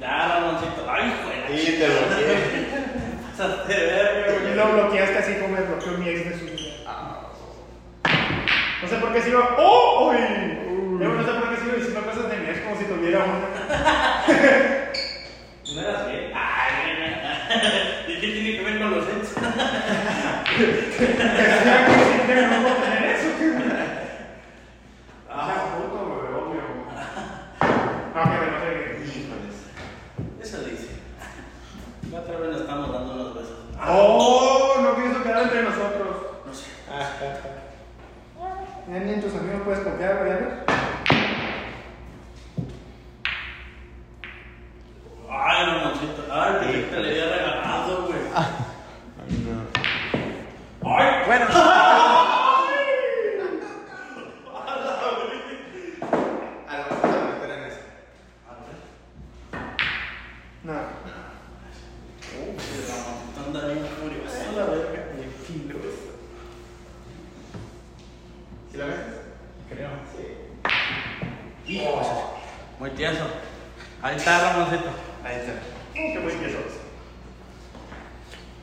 Speaker 1: Ya, Ramoncito. Ay,
Speaker 2: no.
Speaker 1: güey.
Speaker 2: Y te bloqueé.
Speaker 1: Pasaste de verga,
Speaker 3: Y
Speaker 1: güey.
Speaker 3: lo bloqueaste así como me bloqueó mi ex de su vida. No sé por qué sigo. ¡Oh! ¡Uy! Yo no sé por qué sigo diciendo cosas de mi ex como si tuviera una.
Speaker 1: ¿No eras gay? Ay, güey. ¿Y qué tiene que ver con los hechos?
Speaker 3: ¿Será que siempre no puedo tener eso?
Speaker 1: Ah.
Speaker 3: Ah, puto, güey, obvio. No, que no sé qué.
Speaker 2: Híjoles.
Speaker 1: Eso dice. La otra vez nos estamos dando unos besos.
Speaker 3: ¡Oh! No quiso quedar entre nosotros.
Speaker 1: No sé.
Speaker 3: Ya ni en tus amigos puedes confiar, güey, ¿verdad?
Speaker 1: Ay, Ramoncito. Ay, pensé que te le había regalado, güey. Ay,
Speaker 2: Bueno, a lo mejor se va Ah, a meter en eso.
Speaker 3: No.
Speaker 1: Ramoncito Uh, anda bien curioso, la verga.
Speaker 2: ¿Sí la metes?
Speaker 1: Creo.
Speaker 2: Sí. Oh. pues,
Speaker 1: Hijo. Muy tieso. Ahí está, Ramoncito.
Speaker 2: Ahí está.
Speaker 3: Qué buen queso.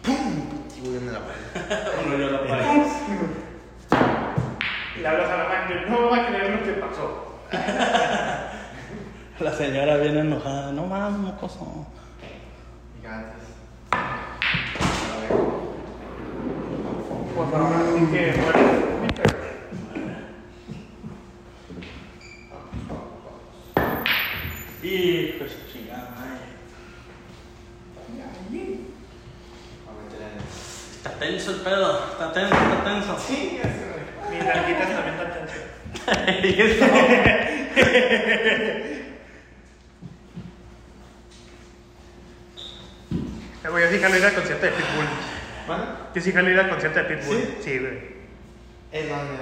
Speaker 2: Sí, voy viendo la pared.
Speaker 1: Bueno, yo lo pagué.
Speaker 3: Y le hablas a la máquina, no va a creer lo que pasó.
Speaker 1: La señora viene enojada. No mames, mocoso.
Speaker 2: Gigantes. A ver.
Speaker 3: Por favor, así que, bueno.
Speaker 1: Hijo de su chingada madre.
Speaker 2: Va a meter en eso.
Speaker 1: Está tenso el pedo. Está tenso, está tenso.
Speaker 2: Sí, ya se ve.
Speaker 3: Mi Y larguitas también tantas. Eh, güey, yo sí jalo ir al concierto de Pitbull.
Speaker 2: ¿Cuál?
Speaker 3: Yo sí jalo ir al concierto de Pitbull.
Speaker 2: ¿Sí?
Speaker 3: Sí, güey.
Speaker 2: ¿En dónde?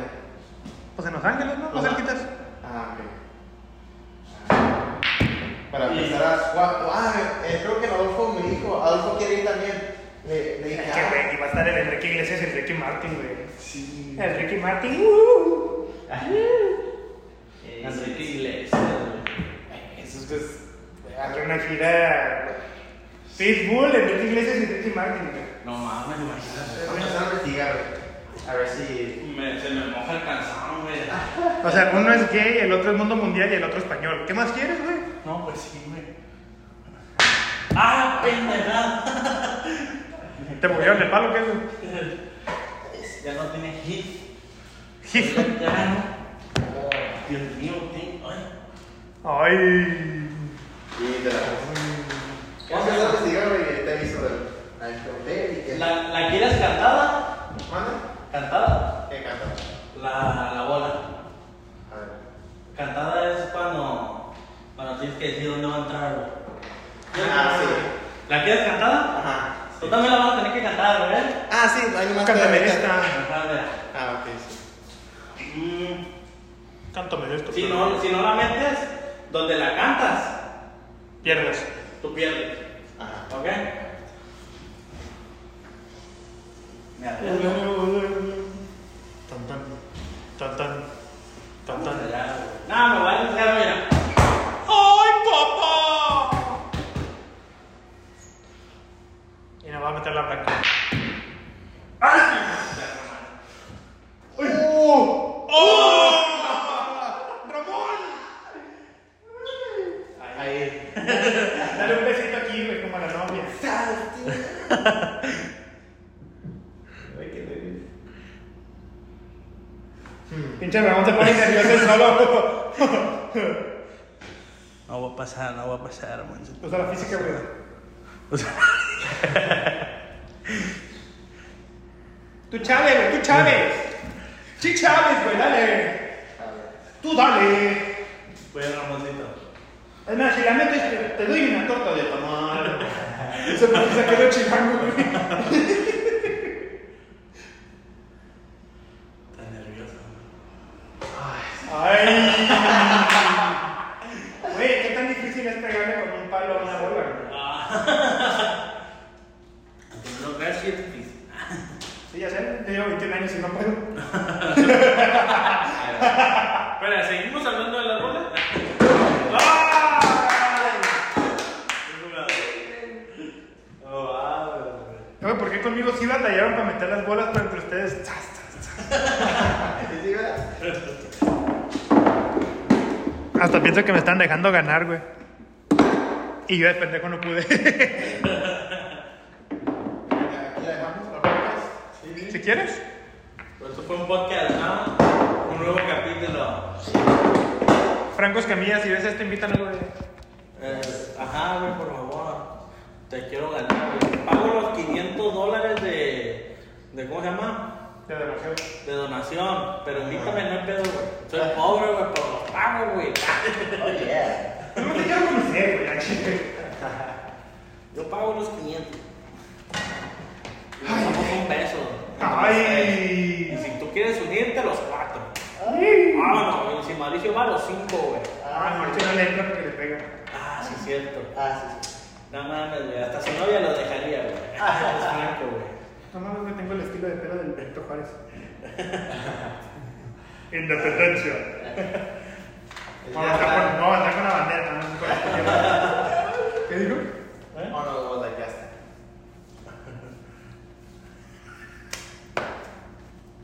Speaker 3: Pues en Los Ángeles, ¿no? Los
Speaker 2: Ajá.
Speaker 3: cerquitas.
Speaker 2: Ah, ok. Ah. Para empezar a. guau, Ah, eh, creo que Adolfo me dijo, Adolfo quiere ir también. Le, le
Speaker 3: Es
Speaker 2: dije,
Speaker 3: que,
Speaker 2: ah,
Speaker 3: güey, y va a estar el Enrique Iglesias y el Ricky Martin, güey.
Speaker 2: sí.
Speaker 3: El Ricky Martin, uh.
Speaker 2: Eh,
Speaker 1: Enrique Iglesias, güey.
Speaker 2: Eso es que es.
Speaker 3: Hacer una gira. Pitbull, Enrique Iglesias y Ricky Martin, güey.
Speaker 1: No mames,
Speaker 2: Voy a
Speaker 1: imagínate.
Speaker 2: empezar a investigar, güey. A ver si.
Speaker 1: Me- Se me moja el calzón, güey.
Speaker 3: O sea, uno es gay, el otro es mundo mundial y el otro español. ¿Qué más quieres, güey?
Speaker 1: No, pues sí, güey. ¡Ah, pendejada!
Speaker 3: ¿Te movieron el palo, qué, güey?
Speaker 1: Ya no tiene hit.
Speaker 3: Hit.
Speaker 1: Ya no. Oh, Dios mío, tío. Ay.
Speaker 3: Ay.
Speaker 2: Y de la. Vamos a empezar a investigar, güey. y Te aviso del. Al hotel y que.
Speaker 1: ¿La, la quieres cantada?
Speaker 2: ¿Manda?
Speaker 1: ¿Cantada?
Speaker 2: ¿Qué canta?
Speaker 1: La, la bola.
Speaker 2: A ver.
Speaker 1: Cantada es cuando, cuando tienes que decir dónde va a entrar, güey.
Speaker 2: Ah, sí.
Speaker 1: ¿La quieres cantada?
Speaker 2: Ajá.
Speaker 1: Tú también la vas a tener que cantar, ¿verdad?
Speaker 2: Ah, sí, hay más
Speaker 3: Cántame esta.
Speaker 1: Ajá, mira.
Speaker 2: Ah, ok, sí.
Speaker 1: Mm,
Speaker 3: Cántame esto.
Speaker 1: Si
Speaker 3: pero
Speaker 1: no, si no la metes, donde la cantas,
Speaker 3: Pierdes.
Speaker 1: tú pierdes.
Speaker 2: Ajá.
Speaker 1: ¿Ok? Mira,
Speaker 3: Tan tan. Tan tan. Tan tan.
Speaker 1: No, me voy a enseñar, mira.
Speaker 3: ¡Ay, papá! Y nos va a meter la blanca. ¡Ay! ¡Oh! ¡Oh! ¡Ramón!
Speaker 2: Ahí.
Speaker 3: Dale un besito aquí, güey, como a la novia.
Speaker 2: Ay, qué nervios.
Speaker 3: Pinche Ramón te pone nervioso solo.
Speaker 6: No va a pasar, no va a pasar, manches.
Speaker 3: Usa la física, güey. Tú Chávez, güey, tú Chávez. Sí, Chávez, güey,
Speaker 2: A
Speaker 3: dale.
Speaker 2: ver.
Speaker 3: Tú dale.
Speaker 1: Voy a Ramoncito.
Speaker 3: Es más, si la metes, te, te doy una torta de tamal. Se me se quedó chilango, güey.
Speaker 1: Está nervioso.
Speaker 3: Ay. Güey, ¿qué tan difícil es pegarle con un palo a una bola, güey?
Speaker 1: Aunque no lo creas, sí es difícil.
Speaker 3: Sí, ya sé, yo llevo 21 años y no puedo.
Speaker 6: Espera, ¿seguimos hablando de la bola?
Speaker 1: No mames, güey.
Speaker 3: Güey, ¿por qué conmigo sí batallaron para meter las bolas, pero entre ustedes... zas, zas, zas?
Speaker 2: ¿Sí, sí, verdad?
Speaker 3: Hasta pienso que me están dejando ganar, güey. Y yo de pendejo no pude.
Speaker 2: Aquí la dejamos para podcast. Sí.
Speaker 3: si quieres.
Speaker 1: Esto fue un podcast, ¿no? Un nuevo capítulo.
Speaker 3: Franco Escamilla, si ves esto, invítanos, güey.
Speaker 1: Eh, ajá, güey, por favor. Te quiero ganar, güey. Pago los 500 dólares de, de. ¿Cómo se llama?
Speaker 3: Te demasiado.
Speaker 1: De donación. Pero invítame, no es pedo, güey. Soy pobre, güey, pero los pago, güey.
Speaker 2: Oh, yeah.
Speaker 3: No te quiero conocer, güey, la chile.
Speaker 1: Yo pago los 500. Y nos damos un beso. Y
Speaker 3: Ay.
Speaker 1: si tú quieres unirte, los cuatro.
Speaker 3: Ay.
Speaker 1: Ah, bueno, si Mauricio va, los cinco, güey.
Speaker 3: Ah, Mauricio no le entra porque le pega.
Speaker 1: Ah, sí, cierto.
Speaker 2: Ah, sí, sí.
Speaker 1: No mames, güey. Hasta su novia lo dejaría, güey. Es franco, güey.
Speaker 3: No mames, güey, tengo el estilo de pelo del Benito Juárez. Independencia. No,
Speaker 2: Ya
Speaker 3: andar con,
Speaker 2: está.
Speaker 3: no, andar con la bandera. no, con la- ¿Qué dijo? ¿Eh?
Speaker 2: Oh, no, well, like, ya está.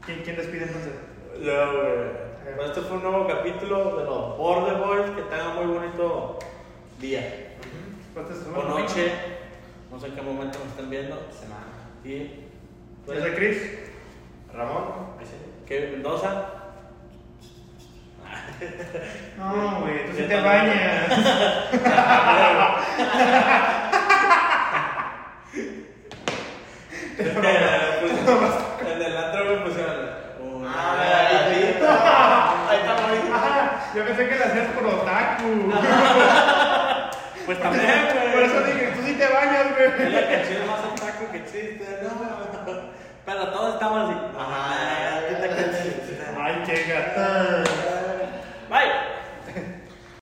Speaker 3: ¿Quién, quién despide entonces?
Speaker 1: No, güey. Bueno, Este fue un nuevo capítulo de los Border Boys. Que tengan muy bonito día
Speaker 3: ¿Cuántas son?
Speaker 1: o noche. No sé en qué momento nos están viendo.
Speaker 2: Semana.
Speaker 1: Y. pues,
Speaker 3: Yo soy Chris.
Speaker 2: Ramón.
Speaker 1: ¿Qué? ¿Mendoza?
Speaker 3: No, güey, tú sí
Speaker 1: Yo
Speaker 3: te
Speaker 1: también.
Speaker 3: bañas.
Speaker 1: Pues, El del antro me pusieron.
Speaker 2: Ah, ya, ya,
Speaker 3: Yo pensé que la hacías por otaku.
Speaker 1: Pues
Speaker 3: Por
Speaker 1: también,
Speaker 3: eso- por
Speaker 1: güey.
Speaker 3: eso dije, tú sí te bañas, güey.
Speaker 1: Es la canción más otaku que existe, ¿no? Pero todos estamos así.
Speaker 2: Ajá.
Speaker 1: Ay, esta canción.
Speaker 3: Ay, qué gata.